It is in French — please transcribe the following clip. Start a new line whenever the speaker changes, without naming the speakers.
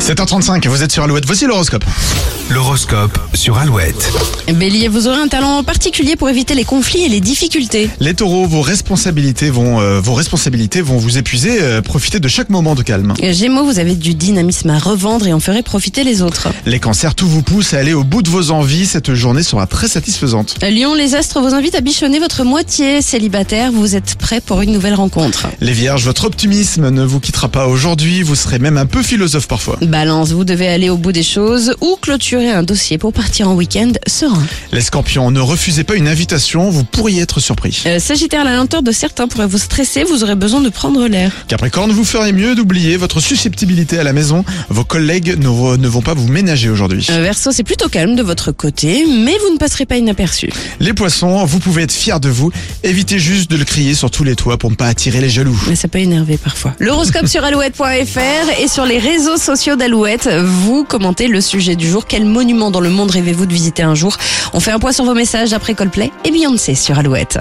7h35, vous êtes sur Alouette. Voici l'horoscope.
L'horoscope sur Alouette.
Bélier, vous aurez un talent particulier pour éviter les conflits et les difficultés.
Les taureaux, vos responsabilités vont, euh, vos responsabilités vont vous épuiser. euh, profitez de chaque moment de calme.
Gémeaux, vous avez du dynamisme à revendre et en ferez profiter les autres.
Les cancers, tout vous pousse à aller au bout de vos envies. Cette journée sera très satisfaisante.
Lyon, les astres vous invitent à bichonner votre moitié célibataire. Vous êtes prêt pour une nouvelle rencontre.
Les vierges, votre optimisme ne vous quittera pas aujourd'hui. Vous serez même un peu philosophe parfois.
Balance, vous devez aller au bout des choses ou clôturer un dossier pour partir en week-end serein.
Les scorpions, ne refusez pas une invitation. Vous pourriez être surpris.
Euh, Sagittaire, la lenteur de certains pourrait vous stresser. Vous aurez besoin de prendre l'air.
Capricorne, vous ferez mieux d'oublier votre susceptibilité à la maison. Vos collègues ne, vo- ne vont pas vous ménager aujourd'hui.
Euh, Verseau, c'est plutôt calme de votre côté, mais vous ne passerez pas inaperçu.
Les poissons, vous pouvez être fiers de vous. Évitez juste de le crier sur tous les toits pour ne pas attirer les jaloux.
Mais ça peut énerver parfois. L'horoscope sur alouette.fr et sur les réseaux sociaux d'Alouette. Vous commentez le sujet du jour. Quel monument dans le monde rêvez-vous de visiter un jour On fait un point sur vos messages après Coldplay et Beyoncé sur Alouette.